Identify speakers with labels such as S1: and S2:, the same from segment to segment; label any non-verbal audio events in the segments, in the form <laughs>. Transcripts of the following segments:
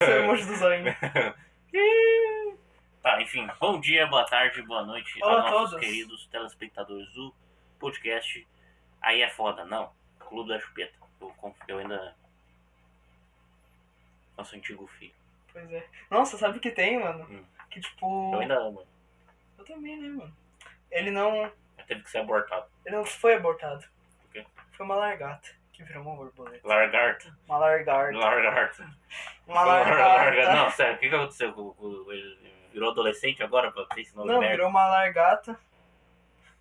S1: É.
S2: emoji do né? zoinho.
S1: <laughs> Tá, enfim, bom dia, boa tarde, boa noite
S2: Olá
S1: aos
S2: a
S1: nossos
S2: todos.
S1: queridos telespectadores do podcast. Aí é foda, não. Clube da Chupeta. Eu, conf- eu ainda. Nosso antigo filho.
S2: Pois é. Nossa, sabe o que tem, mano?
S1: Hum.
S2: Que tipo.
S1: Eu ainda amo.
S2: Eu também, né, mano? Ele não.
S1: Mas Teve que ser abortado.
S2: Ele não foi abortado.
S1: Por quê?
S2: Foi uma largata que virou uma borboleta.
S1: Largarta.
S2: Uma largarta.
S1: Largarta.
S2: Uma largarta.
S1: Não, sério, o que, que aconteceu? com- com- Ele virou adolescente agora pra ter esse nome
S2: <laughs> Não,
S1: é merda?
S2: virou uma largata.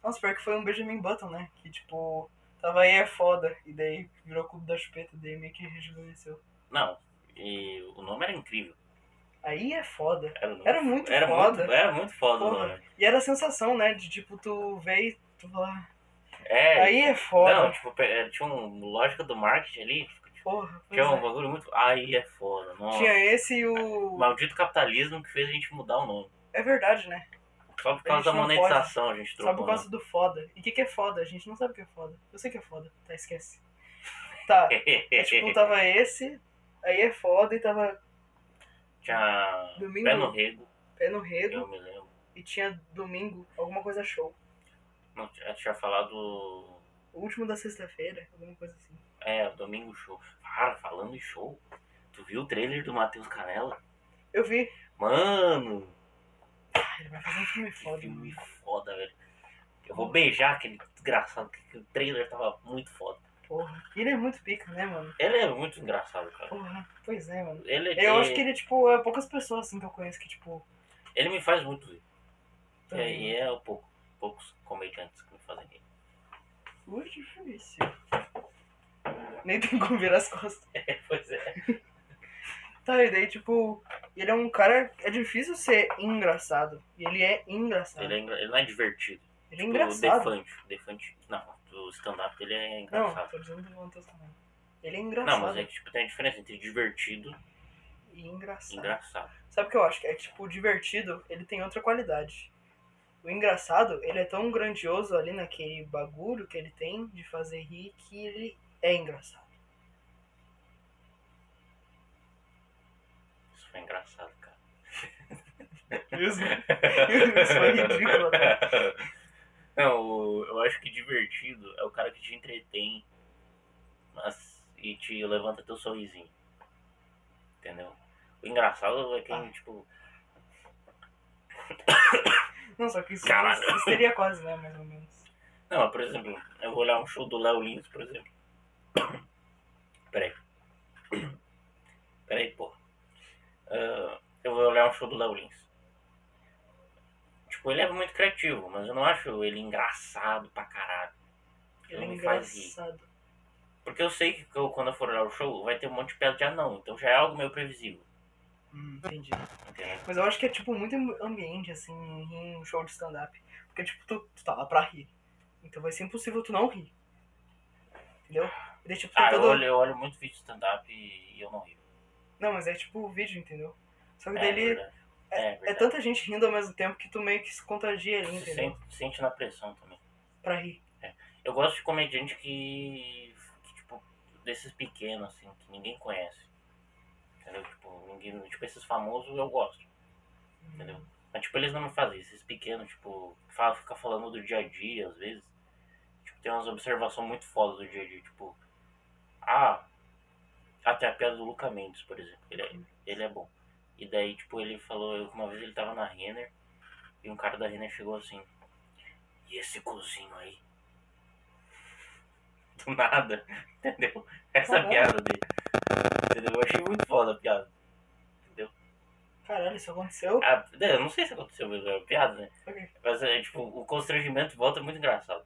S2: Nossa, pior que foi um Benjamin Button, né? Que tipo. Tava aí é foda. E daí virou clube da chupeta. Daí meio que rejuvenesceu.
S1: Não, e o nome era incrível.
S2: Aí é foda.
S1: Era, o nome-
S2: Era muito
S1: era
S2: foda.
S1: Muito, era muito foda
S2: Porra.
S1: o nome.
S2: E era a sensação, né? De tipo, tu vê e tu fala.
S1: É,
S2: Aí é
S1: não,
S2: foda.
S1: tipo, pe- é, tinha um lógica do marketing ali. tipo,
S2: Porra, pois
S1: Tinha um
S2: é.
S1: bagulho muito. Aí é foda, nossa.
S2: Tinha esse e o.
S1: Maldito capitalismo que fez a gente mudar o nome.
S2: É verdade, né? A
S1: Só por
S2: gente
S1: causa da
S2: não pode.
S1: monetização a gente
S2: Só
S1: trocou.
S2: por
S1: o
S2: causa do foda. E o que, que é foda? A gente não sabe o que é foda. Eu sei que é foda. Tá, esquece.
S1: <laughs>
S2: Tá.
S1: nome.
S2: É, tipo, tava esse, aí é foda e tava
S1: Tinha
S2: Domingo.
S1: Pé no Rego,
S2: pé no rego
S1: eu me lembro.
S2: e tinha domingo, alguma coisa show.
S1: Não, eu tinha falado.
S2: O último da sexta-feira, alguma coisa assim.
S1: É, Domingo Show. Cara, falando em show, tu viu o trailer do Matheus Canella?
S2: Eu vi.
S1: Mano!
S2: Ah, ele vai fazer um filme
S1: Que
S2: foda.
S1: filme
S2: mano.
S1: foda, velho. Eu vou beijar aquele desgraçado, que que o trailer tava muito foda.
S2: Porra. E ele é muito pica, né, mano?
S1: Ele é muito engraçado, cara.
S2: Porra. Pois é, mano.
S1: Ele,
S2: Eu
S1: ele-
S2: acho que ele, tipo, é poucas pessoas assim que eu conheço que, tipo.
S1: ele me faz muito rir.
S2: tão-
S1: É, E é um pouco, poucos comediantes que me fazem
S2: <laughs>
S1: rir.
S2: Ui, difícil. Nem tem como virar as costas.
S1: Pois é.
S2: Tá, e daí, tipo, ele é um cara. É difícil ser engraçado. E ele é engraçado.
S1: Ele,
S2: Ele é,
S1: é engra- ele não é divertido. Tipo, O
S2: engraçado.
S1: Defante. o Defante. Não, o stand-up dele é
S2: Não,
S1: engraçado.
S2: tô dizendo do Mantas também. Ele é
S1: Não,
S2: engraçado.
S1: mas é que tipo, tem a diferença entre divertido
S2: E
S1: e
S2: engraçado.
S1: engraçado.
S2: Sabe o que eu acho? É que, tipo, o divertido, ele tem outra qualidade. O engraçado, ele é tão grandioso ali naquele bagulho que ele tem de fazer rir que ele é
S1: <laughs>
S2: engraçado.
S1: Isso foi engraçado, cara.
S2: Mesmo? Isso foi é ridículo. né? até.
S1: <laughs> Não, o- eu acho que divertido é o cara que te entretém mas, e te levanta teu sorrisinho. Entendeu? O engraçado é quem,
S2: Ah.
S1: tipo.
S2: Não, só que isso,
S1: Caralho.
S2: isso seria quase, né, mais ou menos.
S1: Não, mas, por exemplo, eu vou olhar um show do Léo Lins, por exemplo. <coughs> Peraí. Peraí, porra. Ah, eu vou olhar um show do Léo Lins. Tipo, ele é muito criativo, mas eu não acho ele engraçado pra caralho.
S2: Ele é
S1: me faz rir.
S2: engraçado.
S1: Porque eu sei que eu- quando eu for olhar o show, vai ter um monte de piada de anão, então já é algo meio previsível.
S2: Hum, entendi.
S1: Entendeu?
S2: Mas eu acho que é, tipo, muito ambiente, assim, em um show de stand-up. Porque, tipo, tu, tu tá lá pra rir. Então vai ser impossível tu não rir. Entendeu? E daí, tipo, tem
S1: Ah, eu
S2: todo-
S1: olho, eu olho muito vídeo de stand-up e, e eu não rio.
S2: Não, mas é tipo o vídeo, entendeu? Só que
S1: É,
S2: daí ele
S1: verdade. É,
S2: é
S1: verdade.
S2: tanta gente rindo ao mesmo tempo que tu meio que se contagia ali,
S1: Você
S2: entendeu?
S1: sente, sente na pressão também.
S2: Pra rir.
S1: Eu gosto de comediante que, que, tipo, desses pequenos, assim, que ninguém conhece. Entendeu? Tipo, ninguém, tipo, esses famosos eu gosto. Entendeu? Mas, tipo, eles não me fazem. Esses pequenos, tipo, fala, fica falando do dia a dia, às vezes. Tipo, tem umas observações muito fodas do dia a dia. Tipo, ah, até a piada do Luca Mendes, por exemplo. Ele é, ele é bom. E daí, tipo, ele falou, eu- uma vez ele tava na Renner e um cara da Renner chegou assim. E esse cozinho aí? <laughs> Do nada, <laughs> entendeu? Essa
S2: Caralho.
S1: piada dele. Entendeu? Eu achei muito foda a piada.
S2: Caralho, isso aconteceu?
S1: Ah, eu não sei se aconteceu mesmo, é uma piada, né?
S2: Ok.
S1: Mas é tipo, o constrangimento volta é muito engraçado,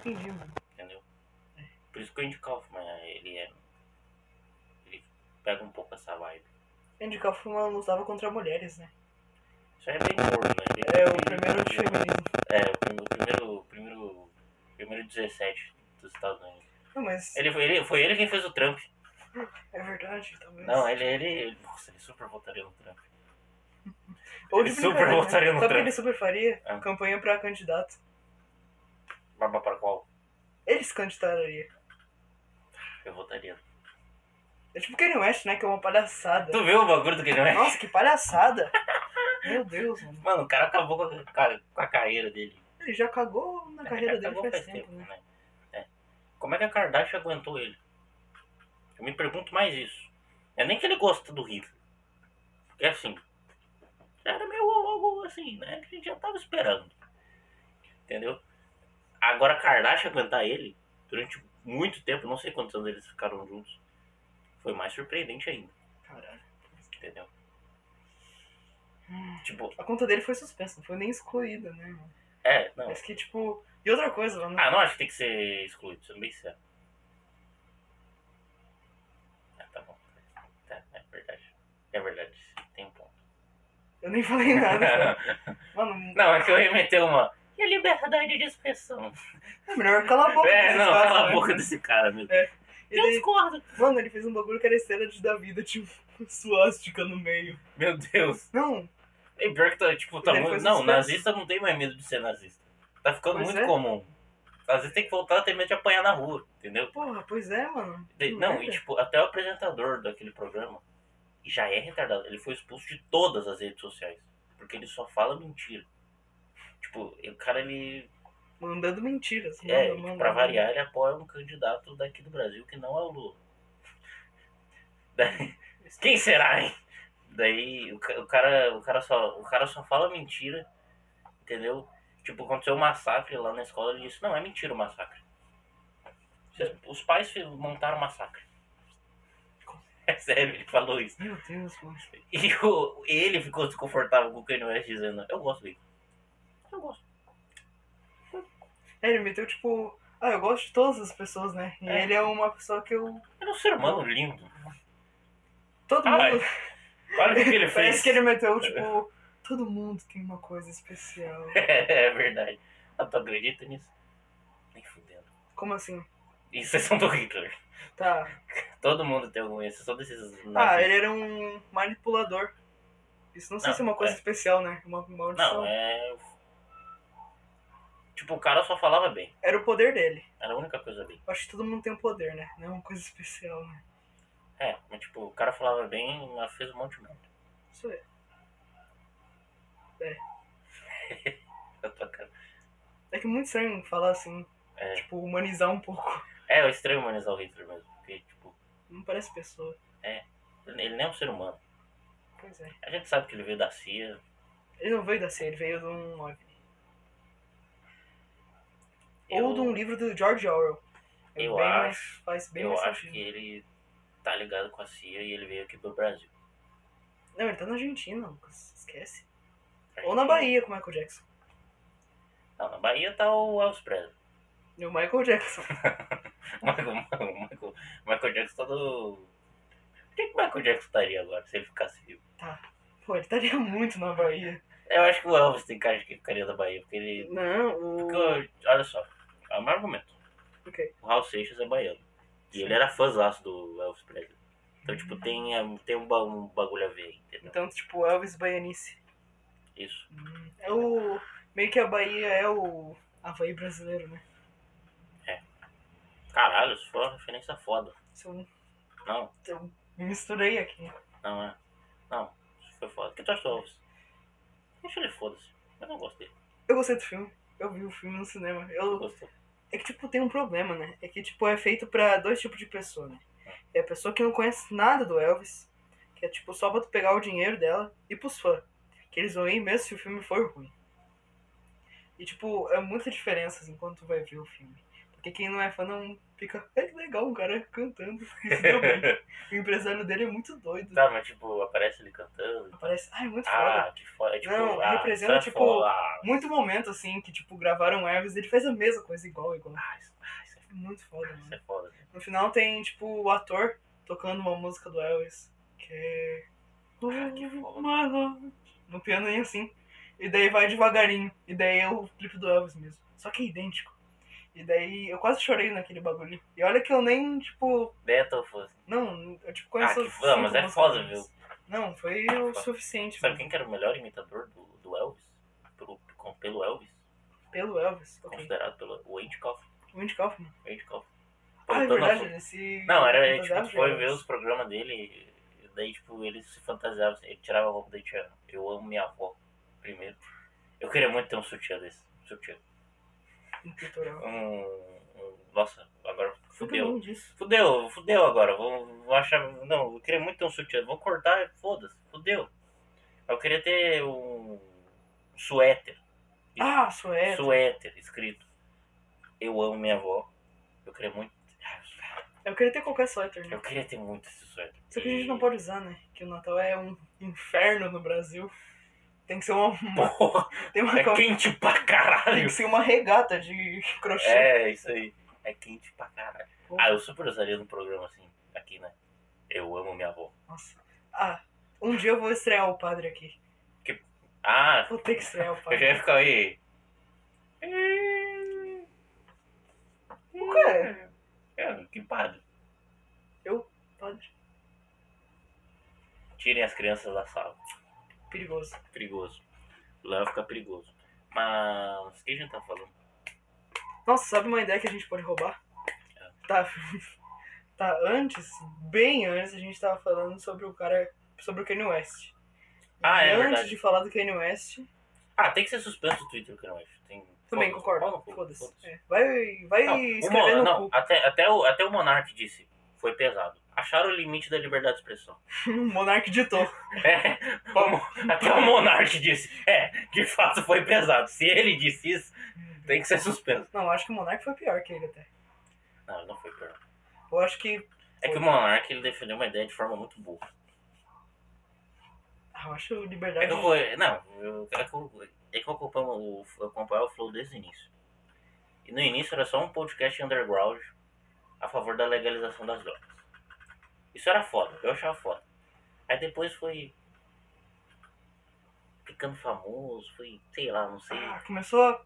S2: Entendi, mano.
S1: entendeu?
S2: É.
S1: Por isso que o Andy Kaufman, ele é. Ele pega um pouco essa vibe.
S2: Andy Kaufman lutava contra mulheres, né?
S1: Isso aí é bem gordo, né? Bem-
S2: É o primeiro de feminismo.
S1: É, o prim- o primeiro. primeiro. primeiro 17 dos Estados Unidos.
S2: Não, mas
S1: Ele foi ele, foi ele quem fez o Trump.
S2: é verdade, talvez.
S1: Não, é ele, ele, ele- Nossa, ele super votaria no Trump.
S2: Ou de
S1: ele super
S2: brincadeira, né?
S1: votaria
S2: Sabe
S1: no
S2: o que
S1: Trump.
S2: ele super faria?
S1: Ah.
S2: Campanha pra candidato.
S1: Barba para qual?
S2: Ele se candidataria.
S1: Eu votaria.
S2: É tipo Kanye West, né? Que é uma palhaçada.
S1: Tu viu o bagulho do Kanye West?
S2: Nossa, que
S1: <laughs>
S2: palhaçada! Meu Deus, mano.
S1: Mano, o cara acabou com a, com a- com a carreira dele.
S2: Ele já cagou na
S1: É,
S2: carreira
S1: já
S2: dele
S1: acabou
S2: faz, tempo, né?
S1: É. Como é que a Kardashian aguentou ele? Eu me pergunto mais isso. É nem que ele gosta do Hitler. É assim. Era meio algo assim, né? Que a gente já tava esperando. Entendeu? Agora a Kardashian aguentar ele durante muito tempo, não sei quantos anos eles ficaram juntos. Foi mais surpreendente ainda,
S2: Caralho.
S1: entendeu? Tipo,
S2: A conta dele foi suspensa, não foi nem excluída, né, mano?
S1: é, não.
S2: Mas que, tipo. E outra coisa, mano.
S1: Ah, não acho que tem que ser excluído, sendo bem sincero. Ah, tá bom. Tá, é verdade. É verdade. Tem um ponto. <laughs>
S2: Eu nem falei nada. mano,
S1: não, é que eu ia meter uma. E a liberdade de expressão?
S2: é melhor calar a boca.
S1: <laughs> é,
S2: desse
S1: não,
S2: cara,
S1: cala a
S2: né?
S1: boca desse cara, meu.
S2: E
S1: Eu
S2: daí,
S1: discordo.
S2: mano, ele fez um bagulho que era de da vida, tipo, <laughs> suástica no meio.
S1: Meu Deus.
S2: Não,
S1: E pior que tá, tipo, tá
S2: Ele
S1: muito.
S2: foi
S1: Não,
S2: suspenso.
S1: nazista não tem mais medo de ser nazista. Tá ficando
S2: Pois
S1: muito
S2: é.
S1: comum. Às vezes tem que voltar a ter medo de apanhar na rua, entendeu?
S2: porra, pois é, mano.
S1: De-
S2: Não
S1: não,
S2: é?
S1: e tipo, até o apresentador daquele programa já é retardado. Ele foi expulso de todas as redes sociais. Porque ele só fala mentira. Tipo, o cara, ele.
S2: Mandando mentiras.
S1: é,
S2: manda,
S1: tipo,
S2: manda,
S1: pra
S2: manda.
S1: variar, ele apoia um candidato daqui do Brasil que não é o Lula. <laughs> Daí- Quem será, hein? Daí o, ca- o cara, o, cara só, o cara só fala mentira, entendeu? Tipo, aconteceu um massacre lá na escola, ele disse, não, é mentira o massacre. Vocês- Os pais fi- montaram o massacre. <laughs> É sério, ele falou isso.
S2: Meu Deus, mano.
S1: E o- ele ficou desconfortável com o Kanye West dizendo, eu gosto dele. Eu gosto.
S2: É, ele meteu, tipo. Ah, eu gosto de todas as pessoas, né? E
S1: É.
S2: ele é uma pessoa que eu.
S1: Ele é um ser humano lindo.
S2: Todo
S1: Ai,
S2: mundo.
S1: Olha o que que ele
S2: <laughs>
S1: fez.
S2: Parece que ele meteu, tipo. Todo mundo tem uma coisa especial.
S1: <laughs> É verdade. Ah, tu acredita nisso? Nem fudendo. é
S2: Como assim?
S1: E Exceção do Hitler.
S2: Tá.
S1: Todo mundo tem alguma exceção desses
S2: Ah,
S1: nazistas.
S2: ele era um manipulador. Isso não sei
S1: Não,
S2: se é uma coisa
S1: é.
S2: especial, né? Uma uma maldição.
S1: Não, é. Tipo, o cara só falava bem.
S2: Era o poder dele.
S1: Era a única coisa bem.
S2: Eu acho que todo mundo tem um poder, né? Não é uma coisa especial, né?
S1: É, mas tipo, o cara falava bem, mas fez um monte de merda.
S2: Isso é.
S1: Na tua cara.
S2: É que é muito estranho falar assim,
S1: É,
S2: tipo, humanizar um pouco.
S1: é, eu estranho humanizar o Hitler mesmo. Porque, tipo,
S2: Não parece pessoa.
S1: ele nem é um ser humano.
S2: Pois é.
S1: A gente sabe que ele veio da CIA.
S2: Ele não veio da série, ele veio de um OVNI. Ou
S1: Eu-
S2: de um livro do George Orwell. É
S1: Eu
S2: bem mais-
S1: acho-
S2: faz bem
S1: Eu
S2: mais
S1: acho
S2: sentido.
S1: que ele tá ligado com a CIA e ele veio aqui pro Brasil.
S2: Não, ele tá na Argentina, Lucas. Esquece. Ou na Bahia com o Michael Jackson.
S1: Não, na Bahia tá o Elvis Presley.
S2: E o Michael Jackson. <laughs>
S1: Michael, Michael, Michael Jackson tá do. Por que que Michael Jackson estaria agora se ele ficasse vivo?
S2: Pô, ele estaria muito na Bahia.
S1: Eu acho que o Elvis tem cara de que ficaria da Bahia, porque ele.
S2: Não,
S1: Porque,
S2: o.
S1: eu- olha só, é o meu argumento.
S2: Ok.
S1: O Raul Seixas é baiano. E
S2: Sim.
S1: ele era fãzaço do Elvis Presley. Então, tipo, tem, é, tem um, ba- um bagulho a ver, aí, entendeu?
S2: Então, tipo, Elvis Baianice.
S1: Isso.
S2: É o. Meio que a Bahia é o. Havaí brasileiro, né?
S1: Caralho, isso foi uma referência foda.
S2: Isso eu
S1: Não,
S2: me misturei aqui.
S1: não é. Não, isso foi foda. O que tu acha do Elvis? Deixa ele foda-se. Eu não gosto dele.
S2: Eu gostei do filme. Eu vi o filme no cinema. Eu...
S1: Gostou?
S2: É que, tipo, tem um problema, né? É que, tipo, é feito pra dois tipos de pessoa, né? É a pessoa que não conhece nada do Elvis, que é, tipo, só pra tu pegar o dinheiro dela, e pros fãs, que eles vão ir mesmo se o filme for ruim. E, tipo, é muita diferença, assim, quando tu vai ver o filme. Porque quem não é fã não fica, é que legal, um cara cantando. <laughs> Isso deu bem. O empresário dele é muito doido.
S1: tá, mas tipo, aparece ele cantando.
S2: Parece. Ai, muito É foda.
S1: Ah, que foda. Tipo,
S2: Não,
S1: ah,
S2: representa,
S1: isso é
S2: tipo,
S1: foda. Ah,
S2: Muito momento, assim, que, tipo, gravaram Elvis, ele faz a mesma coisa igual, igual.
S1: ah, isso, ah, isso,
S2: É Muito foda,
S1: é, isso
S2: mano.
S1: é foda.
S2: No final tem, tipo, o ator tocando uma música do Elvis, que é.
S1: Ah, que foda.
S2: Mano, no pianinho assim. E daí vai devagarinho. E daí é o clipe do Elvis mesmo. Só que é idêntico. E daí eu quase chorei naquele bagulho. E olha que eu nem, tipo.
S1: Beto foda.
S2: Não, eu tipo
S1: Ah,
S2: conheço.
S1: que foda,
S2: cinco
S1: mas é
S2: músicas
S1: foda,
S2: do
S1: viu? É
S2: Elvis. Não, foi o suficiente.
S1: Tipo, Sabe
S2: mano.
S1: quem que era o melhor imitador do, do Elvis? Pelo, com- pelo Elvis?
S2: Pelo Elvis. ok.
S1: Considerado pelo o Andy Kaufman.
S2: O Andy Kaufman.
S1: Andy Kaufman.
S2: Ah, é
S1: todo-
S2: verdade, ele se.
S1: Não, era tipo,
S2: fantasiava
S1: tu foi
S2: de
S1: ver
S2: Elvis. é
S1: os programas dele, e daí tipo, ele se fantasiava, ele tirava a roupa daí tirava. Eu amo minha avó primeiro. Eu queria muito ter um sutiã desse. um Sutiã.
S2: Um Cultural.
S1: Um. um- nossa, agora
S2: Super
S1: fudeu.
S2: bom disso.
S1: Fudeu, fudeu agora. Vou, vou achar. Não, eu queria muito ter um sutiã. Vou cortar, foda-se, fudeu. Eu queria ter um. um suéter. Isso.
S2: Ah, suéter.
S1: Suéter escrito. Eu amo minha avó. Eu queria muito.
S2: Eu queria ter qualquer suéter, né?
S1: Eu queria ter muito esse suéter.
S2: Só que a gente
S1: E-
S2: não pode usar, né? Que o Natal é um inferno no Brasil. Tem que ser uma. uma-
S1: Porra,
S2: tem, uma
S1: é
S2: cal-
S1: quente pra
S2: tem
S1: caralho.
S2: que ser uma regata de crochê.
S1: É, isso aí. É quente pra caralho. Ah, eu super usaria num programa assim, aqui, né? Eu amo minha avó.
S2: Nossa. Ah, um dia eu vou estrear o padre aqui.
S1: Ah,
S2: Vou ter que estrear o
S1: eu já <laughs>
S2: padre.
S1: ia ficar aí.
S2: O quê?
S1: É, que padre.
S2: Padre.
S1: Tirem as crianças da sala.
S2: Perigoso.
S1: Perigoso. Lá fica perigoso. Mas o que a gente tá falando?
S2: Nossa, sabe uma ideia que a gente pode roubar? Tá. <laughs> Tá, antes, bem antes, a gente tava falando sobre o cara. Sobre o Kanye West.
S1: Ah,
S2: e
S1: é
S2: antes
S1: verdade.
S2: de falar do Kanye West,
S1: Ah, tem que ser suspenso o Twitter, que eu acho. Tem...
S2: também
S1: Foda-se. Pau
S2: concordo.
S1: no cu,
S2: Foda-se. É. Vai, vai
S1: Não, o
S2: escrever
S1: Mon-
S2: no
S1: não,
S2: cu.
S1: até, até, o, até o Monark disse, foi pesado. Acharam o limite da liberdade de expressão.
S2: <laughs>
S1: <laughs>
S2: O Monark ditou.
S1: É, como- até o Monark disse. É, de fato foi pesado. Se ele disse isso, tem que ser suspenso.
S2: Não, acho que o Monark foi pior que ele até.
S1: Não, não foi pior.
S2: Eu acho que.
S1: É que o Monark ele defendeu uma ideia de forma muito burra.
S2: Ah, Eu acho
S1: É
S2: liberdade.
S1: que eu, vou- não, eu, é que eu, é que eu acompanho o, eu acompanho o Flow desde o início. E no início era só um podcast underground a favor da legalização das drogas. Isso era foda, eu achava foda. Aí depois foi ficando famoso, foi, sei lá, não sei.
S2: Ah, começou a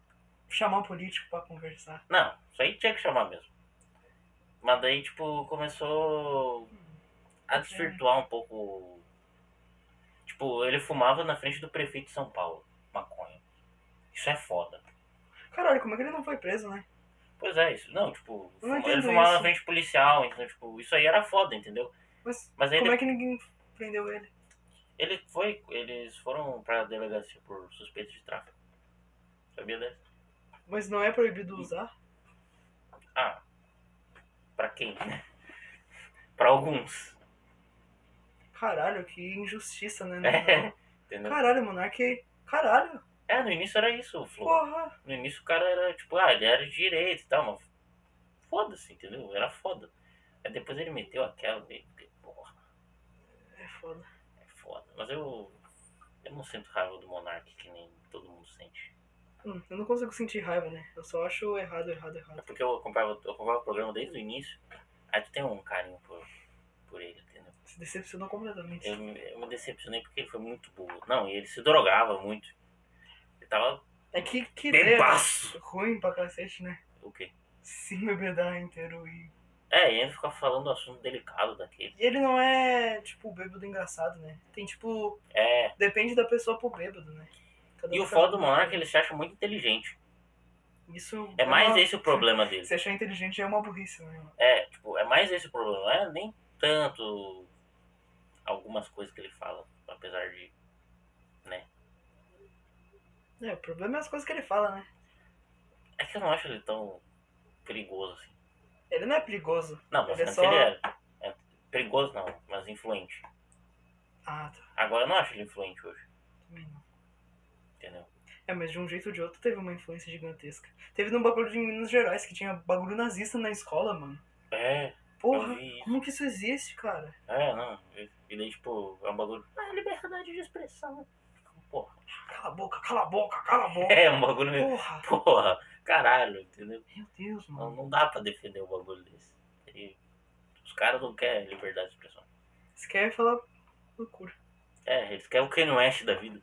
S2: chamar um político pra conversar.
S1: Não, isso aí tinha que chamar mesmo. Mas daí, tipo, começou a desvirtuar um pouco. Tipo, ele fumava na frente do prefeito de São Paulo, maconha. Isso é foda.
S2: Caralho, como é que ele não foi preso, né?
S1: Pois é, isso. Não, tipo,
S2: Eu não
S1: fuma- ele
S2: entendo
S1: fumava na
S2: isso.
S1: frente policial, entendeu? Tipo, isso aí era foda, entendeu?
S2: Mas
S1: Mas aí
S2: como é que ninguém prendeu ele?
S1: ele foi. Eles foram pra delegacia por suspeita de tráfico. Sabia dessa?
S2: Mas não é proibido usar?
S1: Ah, pra quem? <laughs> né? pra alguns.
S2: Caralho, que injustiça, né?
S1: <laughs> É,
S2: Não.
S1: entendeu?
S2: Caralho, Monark. Caralho,
S1: É, no início era isso, o Flow.
S2: porra.
S1: No início o cara era tipo, ah, ele era de direito e tal, mas foda-se, entendeu? Era foda. Aí depois ele meteu aquela, daí eu fiquei, porra,
S2: É foda.
S1: é foda. Mas eu, eu não sinto raiva do Monark que nem todo mundo sente.
S2: Hum, eu não consigo sentir raiva, né? Eu só acho errado, errado,
S1: É
S2: errado.
S1: porque eu acompanhava, eu acompanhava o programa desde o início, aí tu tem um carinho por, por ele, entendeu?
S2: Se decepcionou completamente.
S1: Eu, me- eu me decepcionei porque ele foi muito burro. Não, e ele se drogava muito. Ele tava
S2: É que que ideia
S1: bebaço.
S2: ruim pra cacete, né?
S1: O quê?
S2: Se bebedar inteiro e.
S1: É, e ele ficava falando assunto delicado daquele.
S2: E ele não é, tipo, o bêbado engraçado, né? Tem, tipo,
S1: É,
S2: depende da pessoa pro bêbado, né? Cada
S1: E
S2: um
S1: o
S2: cada
S1: foda do
S2: um.
S1: Monark, ele se acha muito inteligente.
S2: Isso
S1: É mais
S2: uma-
S1: esse o problema
S2: <laughs>
S1: dele.
S2: Se achar inteligente é uma burrice, né?
S1: É, tipo, é mais esse o problema. Não é nem tanto algumas coisas que ele fala, apesar de.
S2: É, o problema é as coisas que ele fala, né?
S1: É que eu não acho ele tão perigoso assim.
S2: Ele não é perigoso.
S1: Não, mas
S2: Ele é
S1: antes
S2: só-
S1: ele era. É, perigoso não, mas influente.
S2: Ah, tá.
S1: Agora eu não acho ele influente hoje,
S2: Também não.
S1: entendeu?
S2: É, mas de um jeito ou de outro teve uma influência gigantesca. Teve num bagulho de Minas Gerais que tinha bagulho nazista na escola, mano.
S1: É, eu
S2: Porra,
S1: vi isso.
S2: como que isso existe, cara?
S1: É, não. E e daí, tipo, é um bagulho. Ah, liberdade de expressão. Porra. <laughs>
S2: Cala a boca, cala a boca, cala a boca.
S1: É, um bagulho meio.
S2: Porra,
S1: Porra, caralho, entendeu?
S2: meu Deus,
S1: Não,
S2: mano.
S1: não dá pra defender um bagulho desse. E os caras não querem liberdade de expressão.
S2: Isso quer falar loucura.
S1: É, eles querem o Kanye West da vida.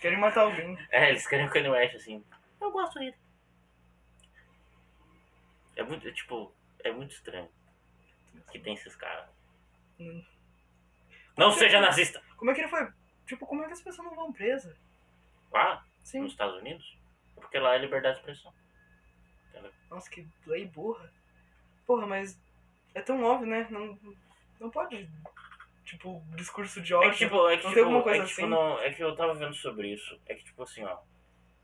S2: Querem matar alguém.
S1: É, eles querem o Kanye West, assim. Eu gosto dele. É muito, é, tipo, é muito estranho que tem esses caras.
S2: Hum.
S1: Não seja nazista!
S2: Como é que ele foi? Tipo, como é que as pessoas não vão presas?
S1: Lá,
S2: Sim.
S1: nos Estados Unidos, é porque lá é liberdade de expressão.
S2: Nossa, que lei burra. Porra, mas É tão óbvio, né? Não, não pode, tipo, discurso de
S1: É
S2: ódio.
S1: que, tipo, é que,
S2: não tem
S1: tipo,
S2: alguma coisa
S1: é que, tipo,
S2: assim?
S1: não- é que eu tava vendo sobre isso. É que, tipo assim, ó.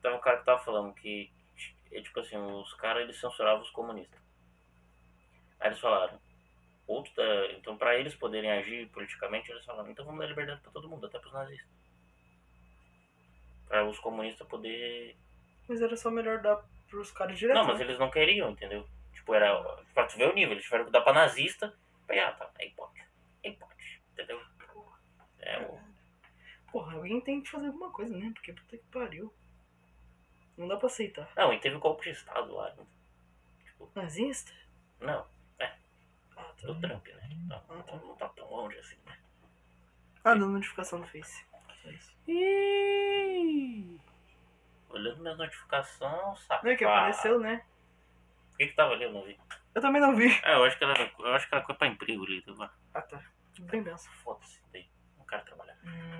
S1: Tava um cara que tava falando que, é, tipo assim, os caras eles censuravam os comunistas. Aí eles falaram. Outro, da- então, pra eles poderem agir politicamente, eles falaram: então vamos dar liberdade pra todo mundo, até pros nazistas. Pra os comunistas poder.
S2: Mas era só melhor dar pros caras direto. né?
S1: Não, mas eles não queriam, entendeu? Tipo, era. Pra tu ver o nível, eles tiveram que dar pra nazista. Aí, ah, tá, aí pode. Aí pode, entendeu? É o.
S2: Porra, alguém tem que fazer alguma coisa, né? Porque puta que pariu. Não dá pra aceitar.
S1: Não, e teve golpe de Estado lá. né?
S2: Nazista?
S1: Não,
S2: Ah, tá.
S1: do Trump, né? Não, não, não tá tão longe assim, né?
S2: Ah, dá notificação no Face. Só isso.
S1: Olhando minha notificação, safado.
S2: Não é que apareceu, né?
S1: O que que tava ali? Eu não vi.
S2: Eu também não vi.
S1: Ah, eu acho que era, eu acho que era coisa pra emprego ali. Tá? bom.
S2: Ah, tá. Bem benção.
S1: Foda-se, um daí. Não quero trabalhar.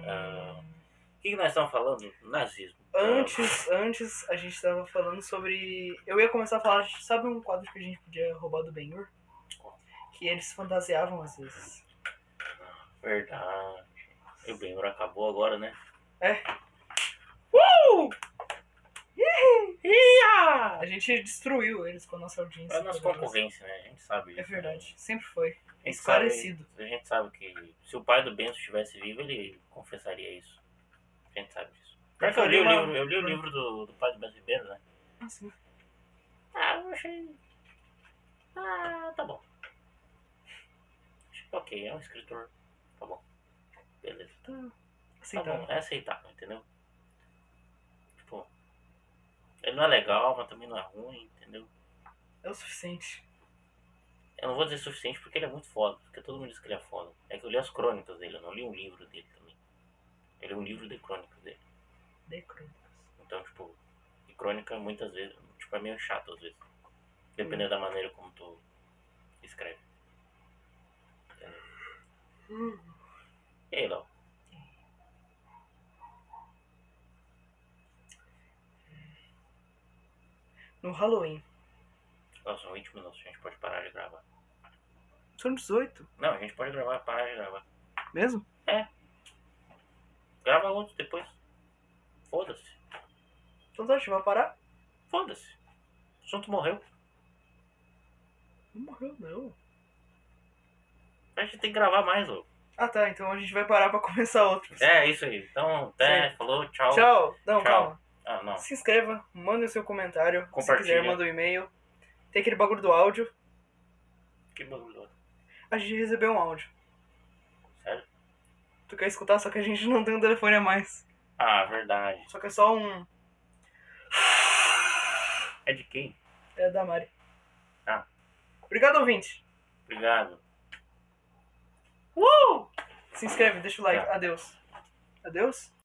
S1: Ah, O que, que nós estamos falando? Nazismo.
S2: Antes, antes a gente tava falando sobre. Eu ia começar a falar, sabe um quadro que a gente podia roubar do Ben-Hur? Que eles fantasiavam às vezes.
S1: Ah, verdade. E o Benhur acabou agora, né?
S2: Ah, A gente destruiu eles com a nossa audiência.
S1: É a nossa concorrência, né? A gente sabe.
S2: É
S1: disso,
S2: verdade, é sempre foi.
S1: né? A gente sabe-
S2: Esclarecido.
S1: A gente sabe que se o pai do Benço estivesse vivo, ele confessaria isso. A gente sabe disso. Pior que Eu li o
S2: faria uma-
S1: livro, eu li o livro do, do pai do Benço Ribeiro, né?
S2: Assim,
S1: Ah, eu achei. Ah, tá bom. Achei ok, é um escritor. Tá bom. Beleza.
S2: tá
S1: Tá
S2: aceitável.
S1: bom, é aceitável, entendeu? Tipo, ele não é legal, mas também não é ruim, entendeu?
S2: é o suficiente.
S1: Eu não vou dizer suficiente porque ele é muito foda, porque todo mundo diz que ele é foda. É que eu li as crônicas dele, eu não li um livro dele também. Eu li um livro de crônicas dele.
S2: The Chronicles.
S1: Então, tipo, e crônica muitas vezes, tipo, é meio chato às vezes. Dependendo da maneira como tu escreve.
S2: Hum.
S1: E aí, Léo?
S2: No Halloween.
S1: Nossa, são 20 minutos, a gente pode parar de gravar.
S2: São 18,
S1: Não, a gente pode gravar, parar de gravar.
S2: mesmo?
S1: Grava outro depois. Foda-se.
S2: Então tá, a gente vai parar?
S1: Foda-se. O assunto morreu.
S2: Não morreu, não.
S1: A gente tem que gravar mais, Léo.
S2: Ah tá, então a gente vai parar pra começar outro.
S1: É, isso aí. Então, até, falou, tchau.
S2: Tchau. Não,
S1: Tchau.
S2: calma.
S1: Ah, não.
S2: Se inscreva, manda o seu comentário. Se
S1: Compartilha.
S2: quiser, manda o e-mail. Tem aquele bagulho do áudio.
S1: Que bagulho.
S2: A gente recebeu um áudio.
S1: Sério?
S2: Tu quer escutar? Só que a gente não tem um telefone a mais.
S1: Ah, verdade.
S2: Só que é só um.
S1: É de quem?
S2: É da Mari.
S1: Ah.
S2: Obrigado, ouvinte.
S1: Obrigado. Tá.
S2: Se inscreve, deixa o like. Adeus. Adeus?